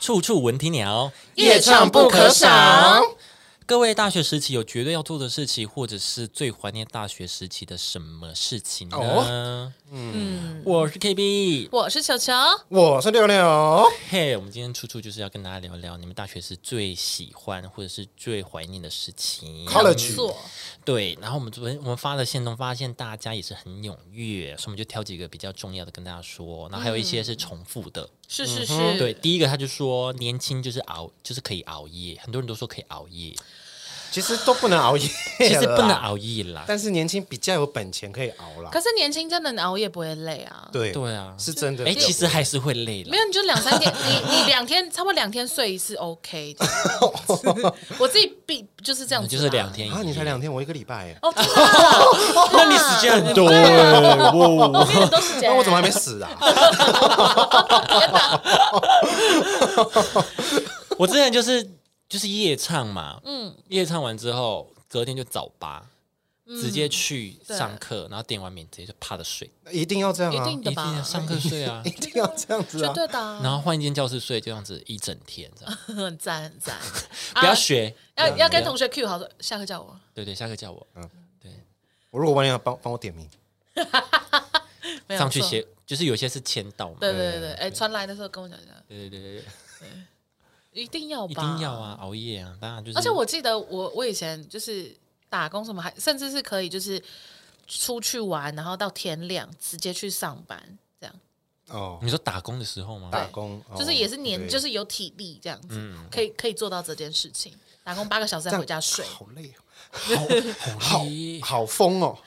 处处闻啼鸟。夜唱不可少。各位大学时期有绝对要做的事情，或者是最怀念大学时期的什么事情呢？哦嗯，我是 KB。我是球球，我是六六，嘿我们今天处处就是要跟大家聊聊你们大学是最喜欢或者是最怀念的事情。 College 做对，然后我们昨天我们发了线动，发现大家也是很踊跃，所以我们就挑几个比较重要的跟大家说。然后还有一些是重复的。是是嗯是，嗯对，，第一个他就说年轻就是熬，就是可以熬夜，很多人都说可以熬 夜，其实都不能熬夜，其实不能，熬夜啦。但是年轻比较有本钱可以熬啦。可是年轻真的熬夜不会累啊。对对啊是真的。哎、其实还是会累了没。有，你就两三天，你你两天，差不多两天睡一次，OK 的。 我自己必就是这样子就啊，是两天一夜啊，你才两天，我一个礼拜耶，哦，真的啊那你时间很多哎、我每天都是这样。那我怎么还没死啊？我之前就是就是夜唱嘛，嗯，夜唱完之后，隔天就早八，嗯直接去上课，然后点完名直接就趴着睡，一定要这样一啊，定一的定吧要？上课睡 啊一，定要这样子绝啊。对的啊， 然后换一间教室睡，就这样子一整天这样，很赞很赞。不要啊学，要要跟同学 Q 好说，下课叫我。对对，下课叫我，对，我如果万一要帮帮我点名，没有上去错写，就是有些是签到嘛，对对对对，哎，传来的时候跟我讲一下，对对对对对，一定要吧，一定要啊，熬夜啊，当然就是，而且我记得我我以前就是打工什么还，甚至是可以就是出去玩，然后到天亮直接去上班，这样、哦，你说打工的时候吗？打工哦嗯就是也是年对就是有体力这样子，嗯可以可以做到这件事情。打工八个小这时再样回家睡，好累哦， 好累，好疯哦。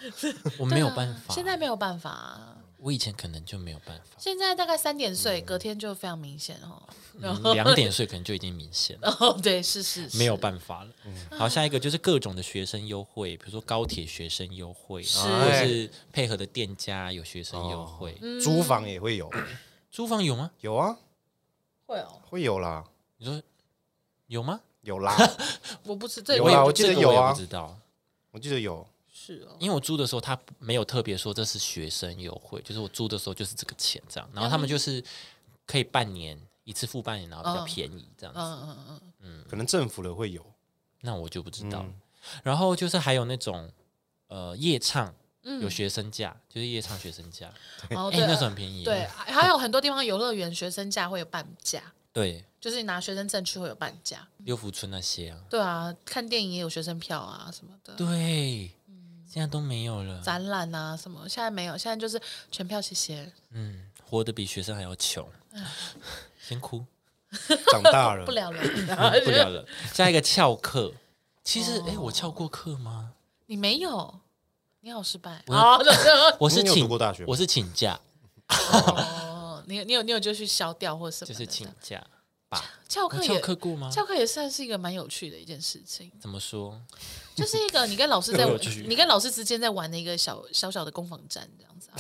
我没有办啊法，现在没有办法、啊。我以前可能就没有办法。现在大概三点睡，嗯隔天就非常明显哦。 然后两点睡可能就已经明显 了，哦，对，是是是，没有办法了。嗯好，下一个就是各种的学生优惠，比如说高铁学生优惠，啊或是配合的店家有学生优惠。哦租房也会有，租房有吗？有啊，会哦，会有啦，你说有吗？有 啦，我不知这有我也也啦不我记得这个我也有啊不知道，我记得有。是哦，因为我租的时候他没有特别说这是学生优惠，就是我租的时候就是这个钱这样，然后嗯他们就是可以半年一次付半年，然后比较嗯便宜这样子。嗯嗯嗯嗯，可能政府的会有，那我就不知道了。嗯然后就是还有那种呃夜唱，有学生价，就是夜唱学生价，然后哎、嗯哦对啊那时候很便宜。对，还有很多地方游乐园学生价会有半价，对，就是你拿学生证去会有半价。六福村那些啊，对啊，看电影也有学生票啊什么的，对，嗯现在都没有了。展览啊什么，现在没有，现在就是全票谢谢。嗯，活得比学生还要穷，嗯 先 哭， 长大了不聊了，嗯 不聊了。下一个翘课，其实哎、哦诶我翘过课吗？你没有，你好失败。我哦， 我是你有请读过大学吗我是请假，哦你有你有你有就去消掉或什么就的，是请假吧。翘我课翘也课过吗？翘课也算是一个蛮有趣的一件事情，怎么说？就是一个你跟老师在 有趣你跟老师之间在玩的一个小小小的攻防战这样子啊。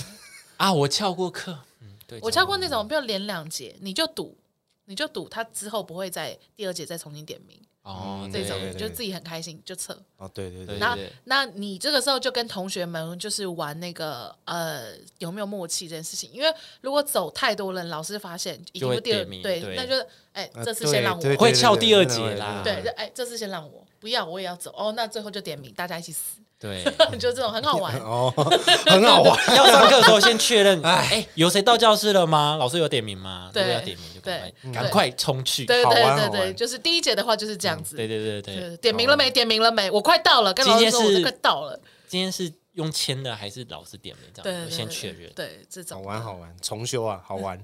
啊，我翘过课，嗯，对，我教过那种，比如连两节，你就赌，你就赌他之后不会在第二节再重新点名，哦，这种对你就自己很开心就测。哦，对对对对，那那你这个时候就跟同学们就是玩那个呃有没有默契这件事情，因为如果走太多人，老师发现一定就会第二点名对对，那就哎呃这次先让我，对对对对会对翘对第二真的节会啦真的会就哎这次先让我，不要我也要走哦，那最后就点名，大家一起死， 对，就这种很好玩。哦， 很好 玩。要上课的时候先确认，哎，有谁到教室了吗？老师有点名吗？如对果要点名就赶快对嗯赶快冲去。对好对玩对好对，玩就是第一节的话就是这样子。嗯对对对对对，点名了没？点名了没？我快到了，跟老今天师说我是都快到了。今天是用签的还是老师点名？这对样对我对先对确认。对这好种玩好玩，重修啊，好玩。，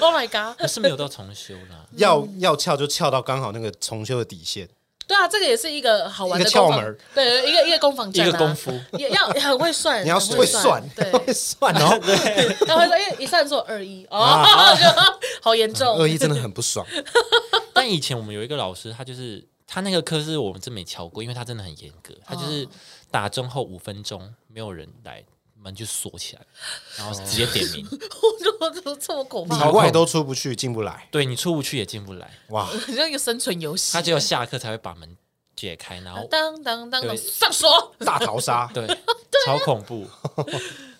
Oh my god！可是没有到重修啦 要要翘就翘到刚好那个重修的底线，对啊，这个也是一个好玩的一个窍攻防门，对，一个一个攻防一战、啊，个功夫。 也要也很会算，你要很会算， 对，会算哦。然后会说，哎，一算说二一，啊哦， 就好严重，恶意真的很不 爽，但以前我们有一个老师，他就是他那个课是哦我们真没敲过，因为他真的很严格，他就是打钟后五分钟没有人来。把你就锁 起来，然后直接点名，我就我就这么恐朝怕，外都出不去，进不来。对你出不去也进不来，哇，很像一个生存游戏。他只有下课才会把门解开，然后当当当对！当上锁，大逃杀 对，啊超恐怖。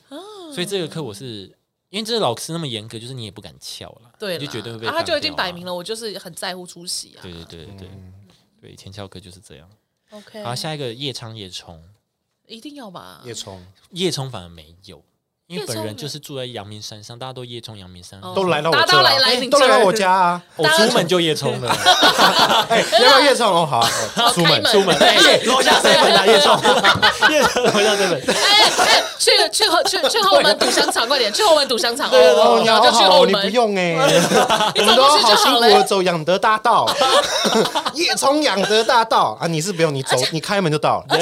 哦所以这个课我是因为这个老师那么严格，就是你也不敢翘了，对啦，你就绝对会被、啊他就已经摆明。了，我就是很在乎出席啊。对对对对嗯对、对，以前翘课就是这样。 ，OK，好，下一个夜唱夜冲，一定要吧？叶冲夜冲反而没有，因为夜冲本人没就是住在阳明山上，大家都夜冲阳明山。哦我都来到我大这家都来啊来哎你都来这到我儿家啊！ 我出门就夜冲了，哎，要不要夜冲？哦，好啊，哦出开门啊门出门哎，楼下谁本打夜冲，夜楼下谁本？哎哎，去去后去去后门堵香肠，快点去后门堵香肠。对哦，你然好后就去好后哦，你不门，用 哎，我们都过去就好辛好苦了的走养德大道，夜冲养德大道啊！你是不用，你走，你开门就到了。而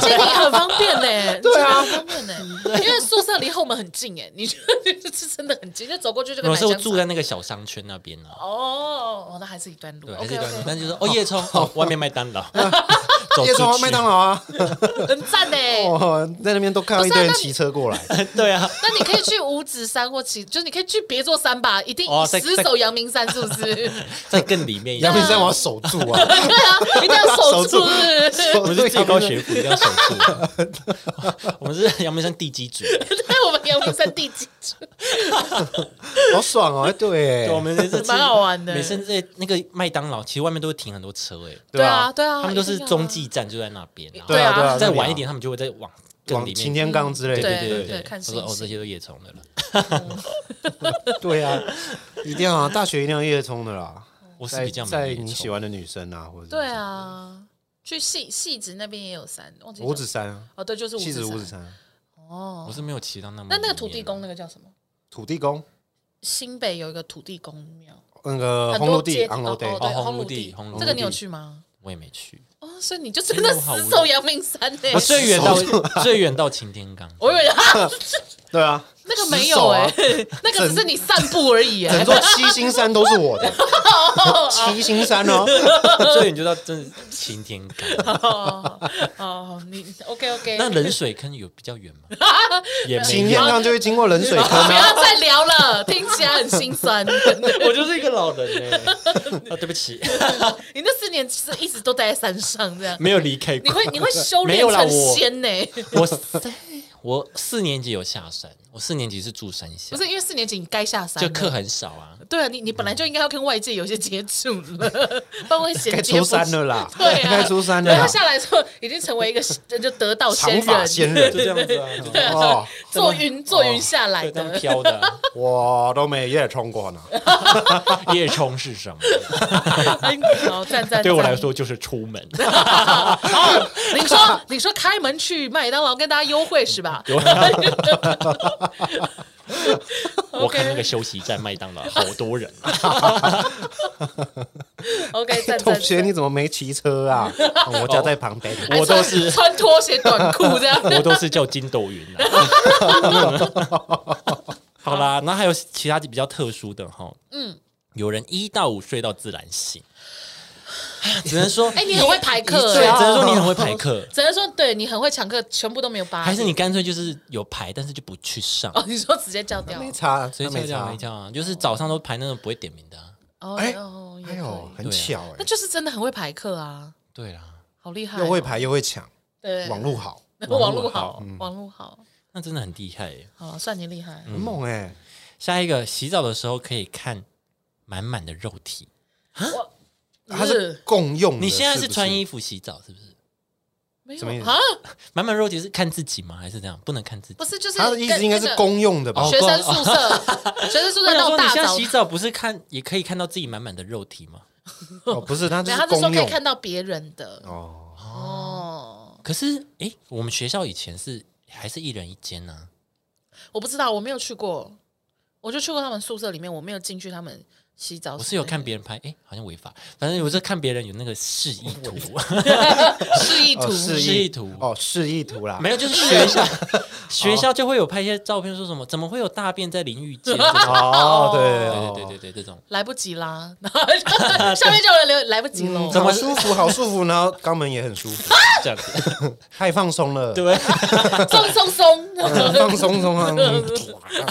且你很方便 呢。对啊真的很方便呢，因为宿舍离后门很近哎，你觉得这真的很 近，就走过去就可以我买是我香住肠。在那个小商圈那边呢、啊，哦，哦，那还是一段路对，还是一，OK 段路， OK，但就是哦，夜冲，哦，外面麦当 劳，走夜冲出啊去， 麦当劳哦啊！很赞呢。欸哦，在那边都看到一堆人骑车过来，对啊，那你可以去五指山或其，就是你可以去别座山吧，一定哦在死守阳明山 是不是？在更里面一点 阳，明山我要守住啊！对啊，一定要守住。是不是 我们是最高学府，一定要守住， 我们是阳明山地基组， 对，我们阳明山地基 组，好爽哦！哎对对，我们是蛮好玩的每次在那个麦当劳，其实外面都会停很多车，哎，对啊，，对啊，他们都一是定要啊中继站就在那边，然后对啊，对对啊啊，再晚一点，他们就会再往更往里擎面。天岗之类对的，对对对对看我说星哦，星这些都夜冲的了。对啊，一定要大学一定要夜冲的啦。我是在比较没有在夜你冲喜欢的女生啊，或者对，啊，去戏戏子那边也有山，忘记叫五指山啊，哦，对，就是妻子五指山山啊，哦我。是没有骑到那么。那那个土地公那，个叫什么？土地公新北有一个土地公庙，那个很呃红炉多地街昂楼地，哦哦对，红红炉炉地地红炉，这个地你有去吗？我也没去。哦，所以你就真的天哪我好无死聊啊守阳明山呢？我最远到最远到擎天岗，哎我以为啊，对啊，那个没有哎十手，那个只是你散步而已 整 哎。座七星山都是我 的，七星山哦，最远就到真的擎天 岗。哦哦，你 OK OK，那冷水坑有比较远 吗？也擎没天有，岗就会经过冷水坑不啊，要再聊了，听起来很心酸。 我就是一个老 人哎。啊，对不起，你那四年是一直都待在山上这样，没有离开你过。会你会修没炼有啦成我仙呢、欸我三我四年级有下山，我四年级是住山下不，是因为四年级你该下山就了，课很少啊。对啊，你你本来就应该要跟外界有些接触了，不然会衔 该接出不山了啦，对啊 该出山了然啦，后下来之后已经成为一个就得道仙长发人，仙人 这样子 啊，哦，坐云坐云下来对，这样的。飘的啊。我都没夜冲过呢，哎夜冲是什么？好赞赞！对我赞来，说就是出 门。你说你说开门去麦当劳跟大家优惠是吧？啊 我看那个休息站麦当劳好多人啊， OK，赞赞同。学你怎么没骑车 啊？哦我家在旁边，还我都穿是穿拖鞋短裤这样。我都是叫筋斗云 啊。好啦，那还有其他比较特殊的哈，嗯，有人一到五睡到自然醒，只能说，哎，你很会排课对，哎，只能说你很会排课，只能说对你很会抢课，全部都没啊有八。还是你干脆就是有排，但是就不去上，哦？你说直接叫掉？没差，所以没没叫差没，叫啊，就是早上都排那种不会点名的啊。哦，哎哦，哎也呦可，以很巧那哎，就是真的很会排课啊，对啦，好厉害哦！又会排又会抢，对啊网络好， 嗯网络络好好，网络好，那真的很厉害耶。好算你厉害。嗯很猛哎，下一个，洗澡的时候可以看满满的肉体。嗯它是是共用的，你现在是穿不衣服洗澡是不是？没什么意有思啊？满满肉体是看自己吗？还是这样？不能看自己不。是，就是他的意思应该跟是那个公用的吧？哦学生宿 舍，学生宿我舍想到说，你大现在澡洗澡不是看也可以看到自己满满的肉体吗？ 哦，不是，他就没有，是他是说公可以用看到别人的哦，哦。可是，诶，我们学校以前是还是一人一间啊呢、我不知道，我没有去过，我就去过他们宿舍里面，我没有进去他们洗澡。我是有看别人拍，诶，好像违法。反正我是看别人有那个示意图，哦示意图哦，示示意图哦，示意图啦，没有，就是学校学校就会有拍一些照片，说什么怎么会有大便在淋浴间？这种哦，对对对对对对对的这种，来不及 啦， 然后下面就有人留来不及喽嗯，。好舒服，好舒服，然后肛门也很舒 服，这样子，太放松了，对，松松松嗯放松松啊，嗯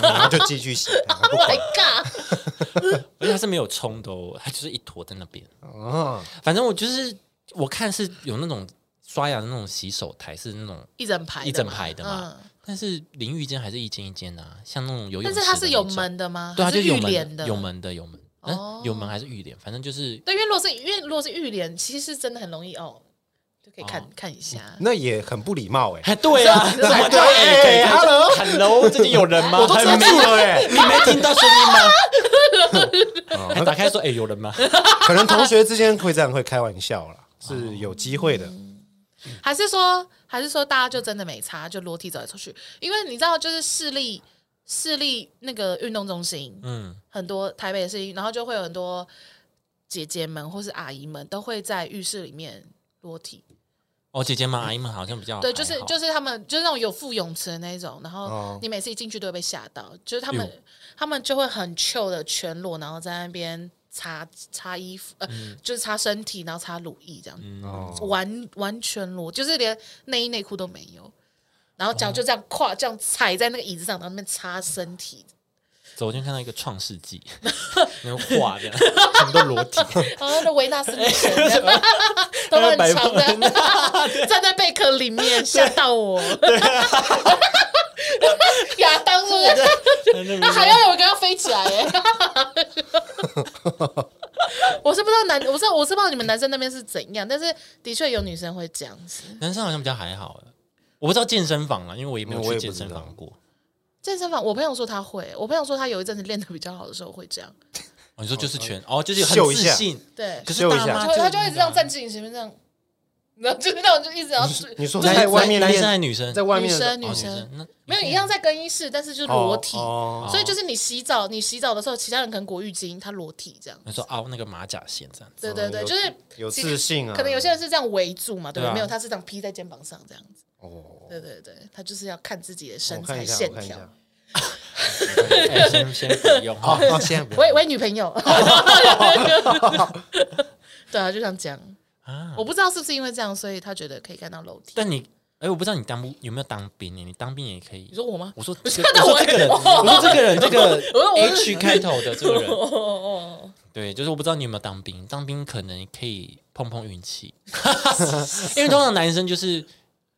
然后就继续洗，不 ，Oh 管 my god！而且它是没有冲的哦，它就是一坨在那边。啊，反正我就是我看是有那种刷牙的那种洗手台，是那种一整排的嘛，一整排的嘛嗯。但是淋浴间还是一间一间的、啊，像那种游泳但池，是它是有，门的吗？对，它还就是是有浴帘门的，有。门的，有门，嗯、哦有门还是浴帘，反正就是对，因为如果是因为如果是浴帘，其实是真的很容易哦，就可以看看一下。那也很不礼貌哎，哎，对啊，这怎么对哎，hello hello，最近有人吗？我都遮很住了哎， 你没听到声音 吗？还哦打开说，哎，有人吗？可能同学之间会这样会开玩笑啦，是有机会的，还是说，还是说大家就真的没差，就裸体走来出去？因为你知道，就是市立市立那个运动中心，嗯，很多台北市，然后就会有很多姐姐们或是阿姨们都会在浴室里面裸体。哦，姐姐们、阿姨哦们好像比较对，就是是就是他们就是那种有附泳池的那一种，然后哦你每次一进去都会被吓到，就是他们、哎呦他们就会很 chill 的全裸，然后在那边擦擦衣服，呃，就是擦身体，然后擦乳液这样子。哦，完完全裸，就是连内衣内裤都没有，然后脚就这样跨，这样踩在那个椅子上，然后那边擦身体，走进看到一个创世 纪，那个画这样，很多裸体，然后哦那维纳斯女神啊 都很长的， 站在贝壳里面吓到我。亚当是不是？那还要有一个要飞起来耶！ 我是不知道男，我知道我是不知道你们男生那边是怎样，但是的确有女生会这样子。男生好像比较还好哎，我不知道健身房啦，因为我也没有嗯我也去健不身知道房过。健身房，我朋友说他会，我朋友说他有一阵子练的比较好的时候会这样，哦，你说就是全哦，就是很秀一自下信，对，可是秀一大下妈就就他就一直这样站自己前面这样，然后就是那种就一直要你说男在外面男生还练，是女生在外面女生的哦女生那没有一样在更衣室，但是就是裸体，哦哦所以就是你洗澡，你洗澡的时候，其他人可能裹浴巾，他裸体这样。嗯你说凹那个马甲线这样子，对对对，有就是有其自信啊，可能有些人是这样围住嘛，对不对对？啊没有，他是这样披在肩膀上这样子。哦，对对对，他就是要看自己的我身看材一下，线我看一条下。，哎先先不 用哦哈，哦，现在不我要也我也女朋友， 对啊，就像这样。啊。我不知道是不是因为这样，所以他觉得可以看到楼梯。但你哎，我不知道你当不有没有当兵欸呢？你当兵也可以你。说我吗？我说这个，我说我这个 人，哦我说这个人，这个我我 H 开头的这个人，哦哦对，就是我不知道你有没有当兵，当兵可能可以碰碰运气， 因为通常男生就是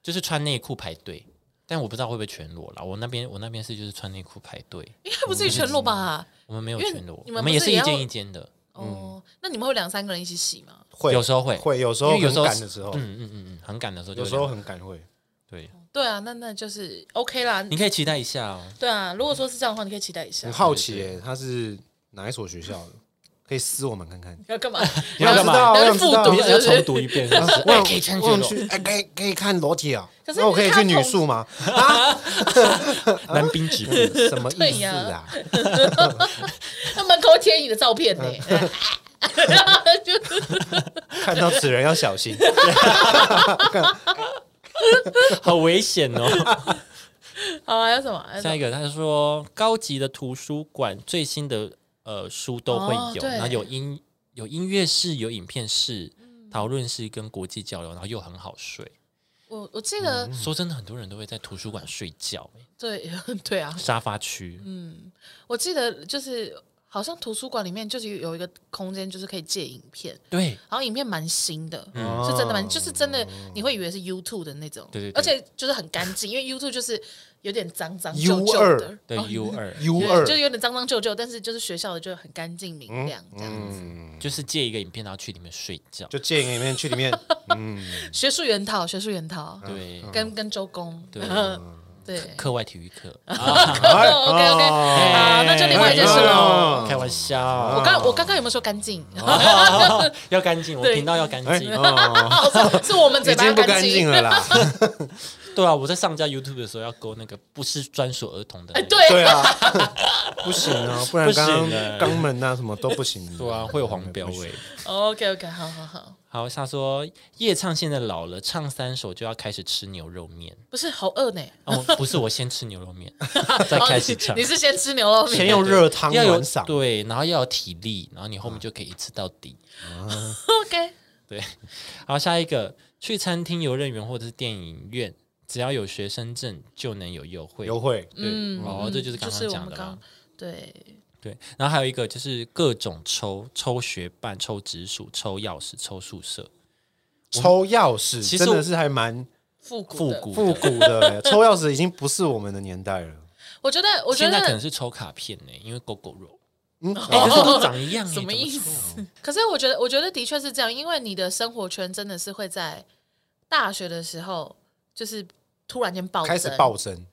就是穿内裤排队，但我不知道会不会全裸啦。我那边我那边是就是穿内裤排队，应该不至于全裸吧？我们没有因为全裸，你们我不们也是是也一要间一间的，哦，那你们会两三个人一起洗吗？会有时候会会，有时候因为有很时候赶的时候嗯，嗯嗯嗯，很赶的时候就有会时这样，候很赶会。对，对啊，那那就是 OK 啦。你可以期待一下哦。对啊，如果说是这样的话，你可以期待一下很。好奇耶，他是哪一所学校的？可以私我们 看看。要干嘛？你要干嘛知道，我要想去知复道啊读你啊是要要不是重读一 遍，是不是我哎想可以穿我全想裸，去，哎，可以可以看裸体啊？可是那我可以你去看女同宿吗？男兵止步。什么 对意思呀啊？那门口贴你的照片呢？就看到此 人要小心。 好危险哦！好啊，要什么？要什下么一个，他说高级的图书馆最新的呃书都会哦有，对然后有音有音乐室、有影片室、嗯讨论室跟国际交流，然后又很好睡。我我记得，说真的，很多人都会在图书馆睡觉、欸对 对啊，沙发区。嗯我记得就是好像图书馆里面就是有一个空间，就是可以借影片，对然后影片蛮新的，嗯嗯是真的哦蛮，就是真的，你会以为是 YouTube 的那种，对对对而且就是很干净，因为 YouTube 就是有点脏脏 U 旧旧二的，对，U 二 U 对二就是有点脏脏旧旧，但是就是学校的就很干净明亮这样嗯子。就是借一个影片，然后去里面睡觉。就借给里面去里 面，嗯学术研讨，学术研讨，对跟跟周公，对嗯对课外体育课， ，OK OK，好，那就另外一件事喽。哦哎开玩笑，我刚我刚刚有没有说干净？ 要干净，我对哎嗯听到要干净。是我们已嘴巴经不干干净净。了啦。对啊，我在上架 YouTube 的时候要勾那个不是专属儿童的那哎，个，对，对啊， 不行啊，不然不行刚刚欸肛门啊什么都不行。 对啊，会有黄标位。 OK OK，好好好，好，他说夜唱现在老了，唱三首就要开始吃牛肉 面。不是好饿 呢。哦，不是，我先吃牛肉 面，再开始唱哦你。你是先吃牛肉先面？用热汤欸要有暖嗓，对，然后要有体力，然后你后面就可以一次到底。 OK，对，好，下一个，去餐厅、游乐园或者是电影院，只要有学生证就能有优惠。优惠对，哦，这就是刚嗯就刚我讲们的啦刚。对，对，然后还有一个就是各种抽，抽学伴、抽直属、抽钥匙、抽宿舍，抽钥匙，其实真我的是还蛮复古复的古的。复古的。抽钥匙已经不是我们的年代了，我觉得，我觉现在可能得，是抽卡片呢、因为狗狗肉，嗯，哦哎、可是都长一样、欸，什么怎意抽啊？ 思？可是我觉得，我觉得的确是这样，因为你的生活圈真的是会在大学的时候，就是突然间暴开始增暴增，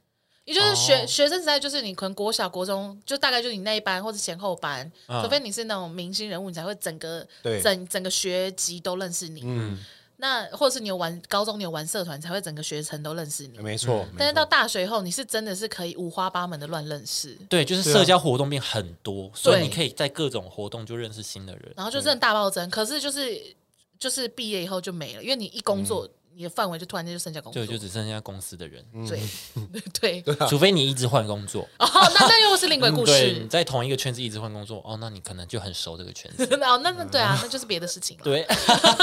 也就是学、哦学生时代，就是你可能国小、国中，就大概就是你那一班或者前后班，嗯除非你是那种明星人物，你才会整个对整整个学籍都认识你。嗯，那或者是你有玩高中，你有玩社团，才会整个学程都认识你。没错。嗯但没是到错大学以后，你是真的是可以五花八门的乱认识，对，就是对啊社交活动变很多，所以对你可以在各种活动就认识新的人。然后就真嗯的大暴增。可是就是就是毕业以后就没了，因为你一工嗯作，你的范围就突然间就剩下工作。对，就只剩下公司的人，对嗯 对啊对除非你一直换工作。哦，那那又是另嗯外故对，你事。 在同一个圈子一直换工作，哦，那你可能就很熟这个圈子。哦，那嗯那对啊，那就是别的事情了。对，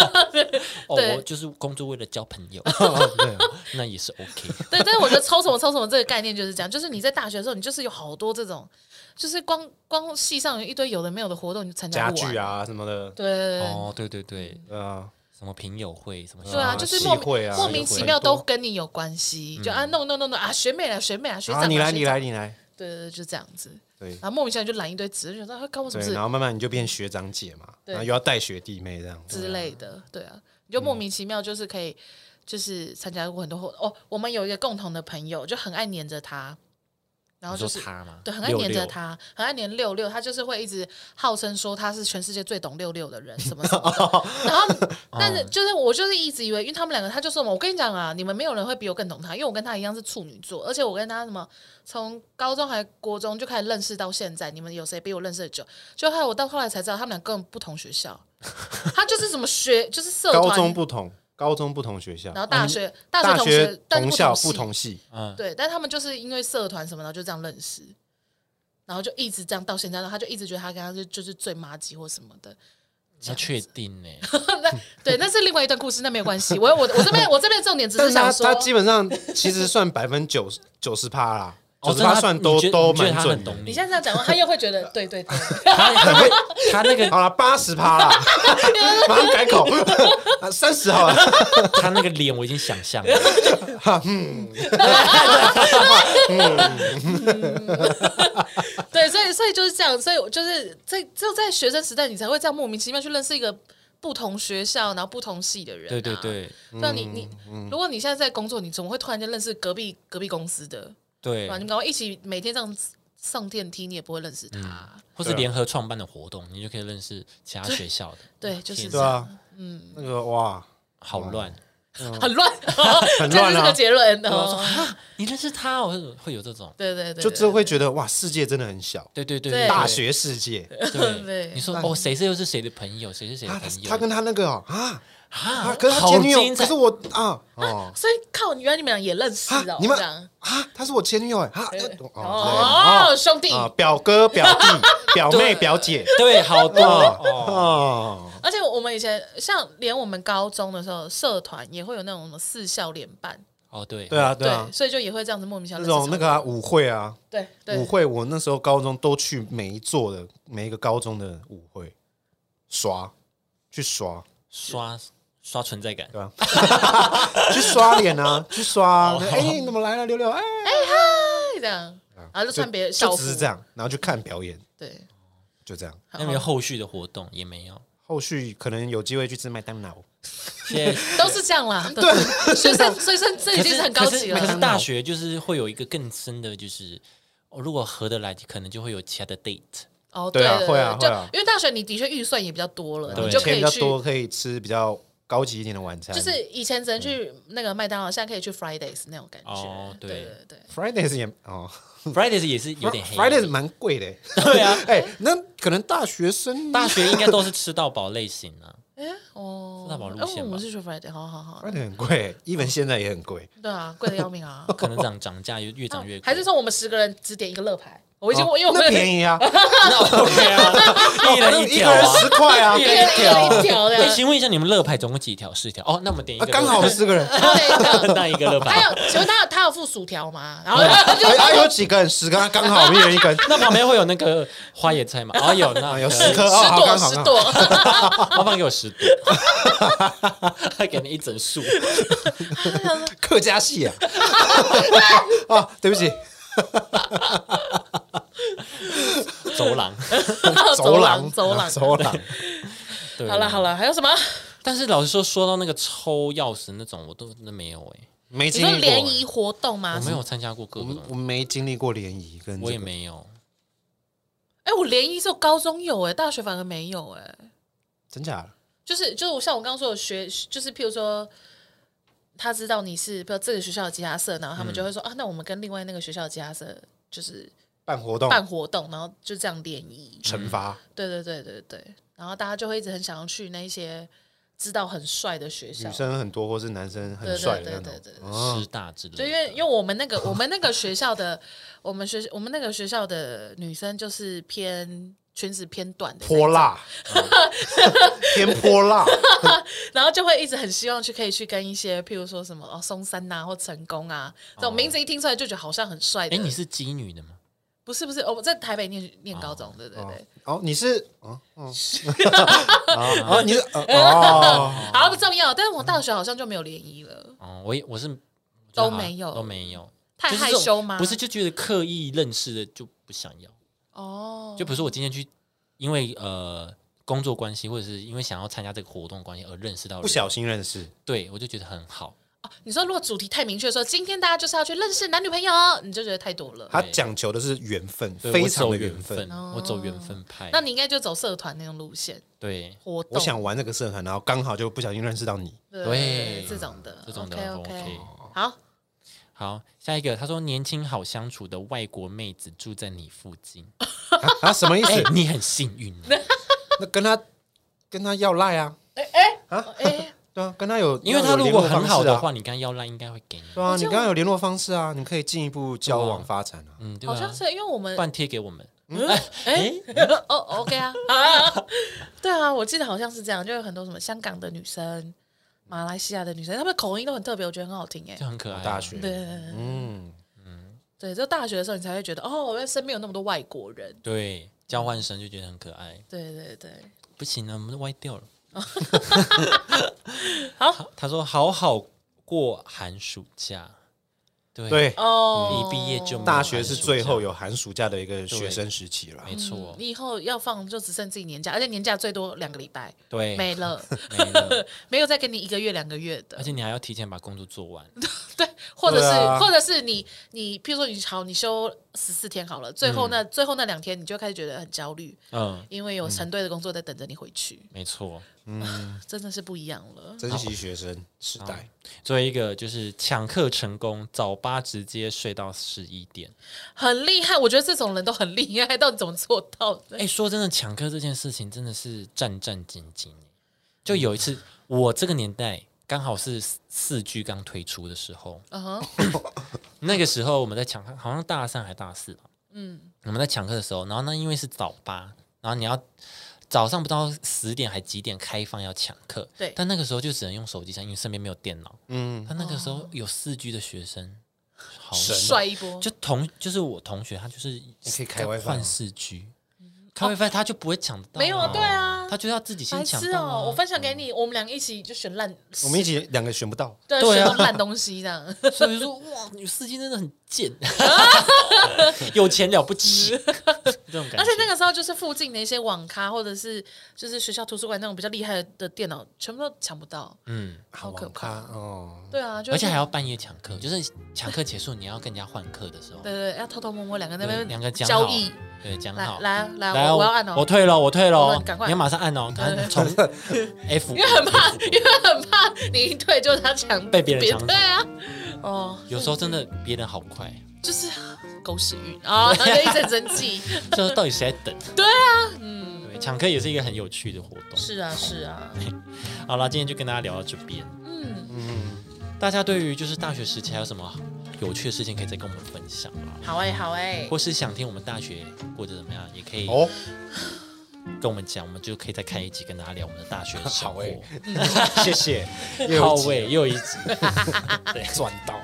哦，对我就是工作为了交朋 友，哦啊 那也是 OK。对，但是我觉得抽什么抽什么这个概念就是这样，就是你在大学的时候，你就是有好多这种，就是光光系上有一堆有的没有的活动，你就参加家不完。具啊什么的，对对对对哦，对对对，对啊，什么评友会，什么对啊，嗯就是系莫会名、啊莫系名会其很嗯妙都跟你有关系，就啊弄弄弄弄啊学妹啦学妹啦学啊，长啦你来，学你长啊来，你来，对对对，就这样子。对然后莫名其妙就揽一堆职，就觉得啊，干我什么对，事然后慢慢你就变学长姐嘛，对然后又要带学弟妹这样子，之类的，对啊，你就莫嗯名其妙就是可以，就是参加过很多活哦。我们有一个共同的朋友，就很爱黏着他，然后你就说是他嘛，对，很爱黏六着六，他，很爱黏六六，他就是会一直号称说他是全世界最懂六六的人，什么什 么的。然后，但嗯是就是我就是一直以为，因为他们两个，他就说嘛，我跟你讲啊，你们没有人会比我更懂他，因为我跟他一样是处女座，而且我跟他什么从高中还国中就开始认识到现在，你们有谁比我认识的久？就害我到后来才知道，他们俩根本不同学 校，他就是什么学，就是社团，高中不同，高中不同学校嗯然，后大学、大学大同学，但是同校不系同系，嗯，对，但他们就是因为社团什么的就这样认识，然后就一直这样到现在，然后他就一直觉得他跟他就就是最妈鸡或什么的。要确定呢，那对，那是另外一段故事，那没有关系。我我我这边我这边的重点只但是是他想说他，基本上 其实算百分九十九十趴啦，哦九十趴真的算你都觉得都你觉得蛮他准很懂的。你现在这样讲话，他又会觉得对对对，他很 会，他那个好了，八十趴啦，马上改口， 啊三十好了，他那个脸我已经想象了， 对，所以所以就是这样，所以我就是在只有在学生时代，你才会这样莫名其妙去认识一个不同学校，然后不同系的人、对对。对那你你，如果你现在在工作，你怎么会突然间认识隔壁隔壁公司的？对对啊吧？，你们赶快一起每天这样子上电梯，你也不会认识他。啊或是联合创办的活动，你就可以认识其他学校的，对，就是天这对样，啊，嗯，那个哇，好乱。很 乱，哦哦很这乱啊就是个结论对啊，说哦。啊，你认识他哦，会会有这种，对对对，就对这会觉得哇，世界真的很小，对对对，对对大学世界。对对，你说哦，谁是又是谁的朋友，谁是谁的啊，朋友？他跟他那个哦啊啊啊，可是他好前女友，精可彩是我啊哦所以靠，原来你们俩也认识啊哦，，你们这样啊，他是我前女友哎啊对哦哦哦，兄弟对，啊，表哥表弟表妹表姐对，好多哦，哦，而且我们以前像连我们高中的时候，社团也会有那种什么四校联办，哦对对，啊对对啊，，所以就也会这样子莫名其妙那认识超种那多个啊舞会啊对对舞会，我那时候高中都去每一座的每一个高中的舞会刷去刷刷刷存在感，去刷脸啊去刷啊，哦哎你怎么来了六六哎，对这样，然后就穿别的校啊就服，只是这样，然后就看表演对，就这样，那没有后续的活动也没 有，后续可能有机会去吃麦当劳。现在。都是这样 啦。对，学生学生 这已可经是是很高级可是可了是。大学就是会有一个更深的，就是哦，如果合得来，可能就会有其他的 date。哦，对啊对会啊对会啊就因为大学你的确预算也比较多了，对你就可钱以比较去多，可以吃比较高级一点的晚餐，就是以前只能去那个麦当劳，现在可以去 Fridays 那种感觉。哦对对对对， Fridays 也哦 Fridays 也是有点黑。 ，Fridays 蛮贵的欸， 对啊，哎，那可能大学生大学应该都是吃到饱类型 啊。哎哦，那把路哎线吧我们是去 Friday，好好好， Friday 很贵，even 现在也很贵，对啊，贵的要命啊！可能涨涨价越越涨越贵，哦还是说我们十个人只点一个乐牌？我已经哦我因为 我那们便宜啊， 那 OK 啊，一人一条个人啊。十块啊一，一人一人一条的，哎，请问一下，你们乐牌总共几条？四条哦，那我们点一啊个，刚好我们四 个人，对的。 那一个乐还牌，有，请问他他有附薯条吗？然后哎啊有几根？十根啊，刚好我们一人一根， 那旁边会有那个花椰菜吗？哦，有，那啊 有可以十颗哦，十好朵刚好十刚好，朵，老板给我十朵， 还给你一整束。客家戏啊， 啊，对不起，哦走 廊。走廊走走廊廊走廊，对好了好了，还有什么？但是老实说，说到那个抽钥匙那种，我都真的没有哎、没你经说历过联谊活动吗我？没有参加过各我种们，我们没经历过联谊，跟我也这个没有。哎，我联谊是我高中有哎，大学反而没有哎。真假的就是就是我像我刚刚说的学，就是譬如说，他知道你是比如这个学校的吉他社，然后他们嗯就会说、啊，那我们跟另外那个学校的吉他社就是办活动办活动，然后就这样联谊。惩罚，对对对对对，然后大家就会一直很想要去那些知道很帅的学校女。生很多或是男生很对帅对的那嗯对种哦对，对，师大之类就的，因为因为我们那个我们那个学校的我们学我们那个学校的女生就是偏裙子偏短的那泼种 辣，偏泼辣，哦然后就会一直很希望去可以去跟一些，譬如说什么哦松山呐、或成功啊这种名字一听出来就觉得好像很帅的。哦哎、你是基女的吗？不是不是？哦我在台北念念高中，对对哦对。哦，你是哦 哦哦，你是哦 哦，好不重要，但是我大学好像就没有联谊了，哦，我也我是都没有都没有，太就是害这种羞吗？不是，就觉得刻意认识的就不想要。哦，就比如说我今天去，因为呃工作关系，或者是因为想要参加这个活动关系而认识到人不小心认识，对我就觉得很好。哦你说如果主题太明确，说今天大家就是要去认识男女朋友，你就觉得太多了。他讲求的是缘分，对非我常走的缘分。我走缘分派。哦那你应该就走社团那种路线对活动，我想玩这个社团，然后刚好就不小心认识到你，对对这种的，这种的 OK 很 OK， OK 好，好，下一个他说年轻好相处的外国妹子住在你附 近，啊啊，什么意思哎、？你很幸运啊、那跟他跟他要赖啊，哎，对啊，跟他有，因为他他如果很好的的，话，你刚要赖应该会给你，对啊，我你就刚刚有联络方式啊，你可以进一步交往发展啊。嗯， 对吧、好像是因为我们半贴给我们，哎、 哦 ，OK 啊，啊，对啊，我记得好像是这样，就有很多什么香港的女生、马来西亚的女生，她们口音都很特别，我觉得很好听哎、就很可爱啊、大学，对嗯，对，就大学的时候你才会觉得，哦，我身边有那么多外国人。对交换生就觉得很可爱，对对对，不行了，我们都歪掉了。 好他说好好过寒暑假，对，对，啊哦，一毕业就没有大学是最后有寒暑假的一个学生时期了没。错，嗯你以后要放就只剩自己年假，而且年假最多两个礼拜对，没了， 没了，没有再给你一个月两个月的而。且你还要提前把工作做 完，对，或者是、对啊或者是你你，譬如说你好，你休十四天好了，最后那、最后那两天你就开始觉得很焦虑，嗯，因为有成堆的工作在等着你回去，没错。真的是不一样了。珍惜学生时代，最后一个就是抢课成功，早八直接睡到十一点。很厉害，我觉得这种人都很厉害，到底怎么做到的？哎、说真的，抢课这件事情真的是战战兢兢。欸就有一次，我这个年代刚好是四四 G 刚推出的时候，嗯 哼，那个时候我们在抢课，好像大三还大四吧。嗯，我们在抢课的时候，然后那因为是早八，然后你要早上不知道十点还几点开放要抢课，对但那个时候就只能用手机上，因为身边没有电脑。嗯，他那个时候有四 G 的学生，好神爽帅一波，就同就是我同学，他就是可以开 WiFi 换吗四 G，开 WiFi 他就不会抢得到、嗯没有啊，对，啊，他就要自己先白抢痴到、啊哦！我分享给嗯你，我们两个一起就选烂，我们一起两个选不到，对对选啊那种烂东西这样。 所以说哇，你司机真的很贱，有钱了不起，这种感觉。 嗯而且那个时候就是附近的一些网咖或者是就是学校图书馆那种比较厉害的电脑，全部都抢不到。嗯，好可网怕咖哦，对啊，就而且还要要半夜抢课，就是抢课结束你要跟人家换课的时候，对对，要偷偷摸摸两个在那对，边两个讲交好易，，对，讲来好。来来，来我我要按哦我，退了，我退了我哦们，赶快你要马上 按哦，对对他从 F 因为很怕，因为很怕你一退就他抢被别人抢走对啊，哦，有时候真的别人好快，就是狗屎运啊，然后就一直生 气。这到底谁在等？嗯，对，抢课也是一个很有趣的活动。是啊是啊，好啦，今天就跟大家聊到这边。嗯，嗯，大家对于就是大学时期还有什么有趣的事情可以再跟我们分享啊，好哎好哎或，是想听我们大学过得怎么样，也可以哦，跟我们讲，我们就可以再开一集跟大家聊我们的大学生好活。欸谢谢，好又啊位又一集。赚到，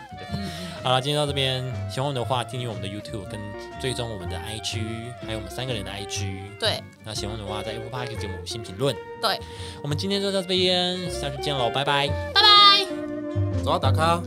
好了，今天到这边，喜欢我们的话，订阅我们的 YouTube，跟追踪我们的 IG，还有我们三个人的 IG。对那喜欢的话，在 Apple Park 给我们五星评论。对，我们今天就到这边，下次见喽，拜拜。拜拜。走啊，打卡。